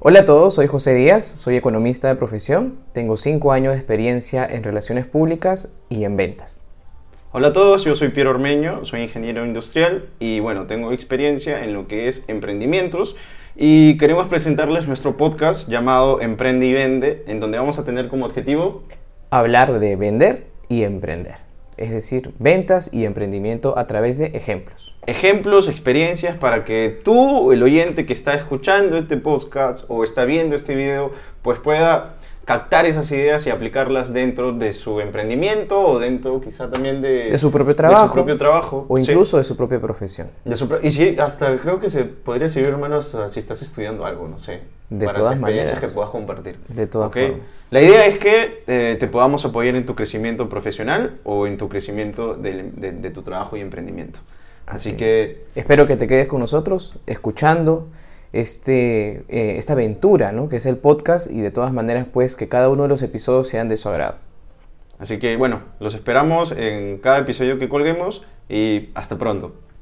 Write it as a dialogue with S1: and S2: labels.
S1: Hola a todos, soy José Díaz, soy economista de profesión, tengo 5 años de experiencia en relaciones públicas y en ventas.
S2: Hola a todos, yo soy Piero Ormeño, soy ingeniero industrial y bueno, tengo experiencia en lo que es emprendimientos y queremos presentarles nuestro podcast llamado Emprende y Vende, en donde vamos a tener como objetivo
S1: Hablar de vender y emprender, es decir, ventas y emprendimiento a través de ejemplos.
S2: ejemplos, experiencias para que tú, el oyente que está escuchando este podcast o está viendo este video, pues pueda captar esas ideas y aplicarlas dentro de su emprendimiento o dentro quizá también de,
S1: De su propio
S2: de
S1: trabajo.
S2: su propio trabajo.
S1: O
S2: Sí.
S1: incluso de su propia profesión.
S2: De su pro- y sí, hasta creo que se podría servir, hermano, hasta si estás estudiando algo, no sé.
S1: De
S2: para
S1: todas
S2: las experiencias
S1: maneras.
S2: que puedas compartir.
S1: De todas
S2: ¿ok?
S1: formas.
S2: La idea es que eh, te podamos apoyar en tu crecimiento profesional o en tu crecimiento del- de, de tu trabajo y emprendimiento. Así, que,
S1: es. espero que te quedes con nosotros escuchando este, eh, esta aventura, ¿no? Que es el podcast y de todas maneras, pues, que cada uno de los episodios sean de su agrado.
S2: así que, bueno, los esperamos en cada episodio que colguemos y hasta pronto.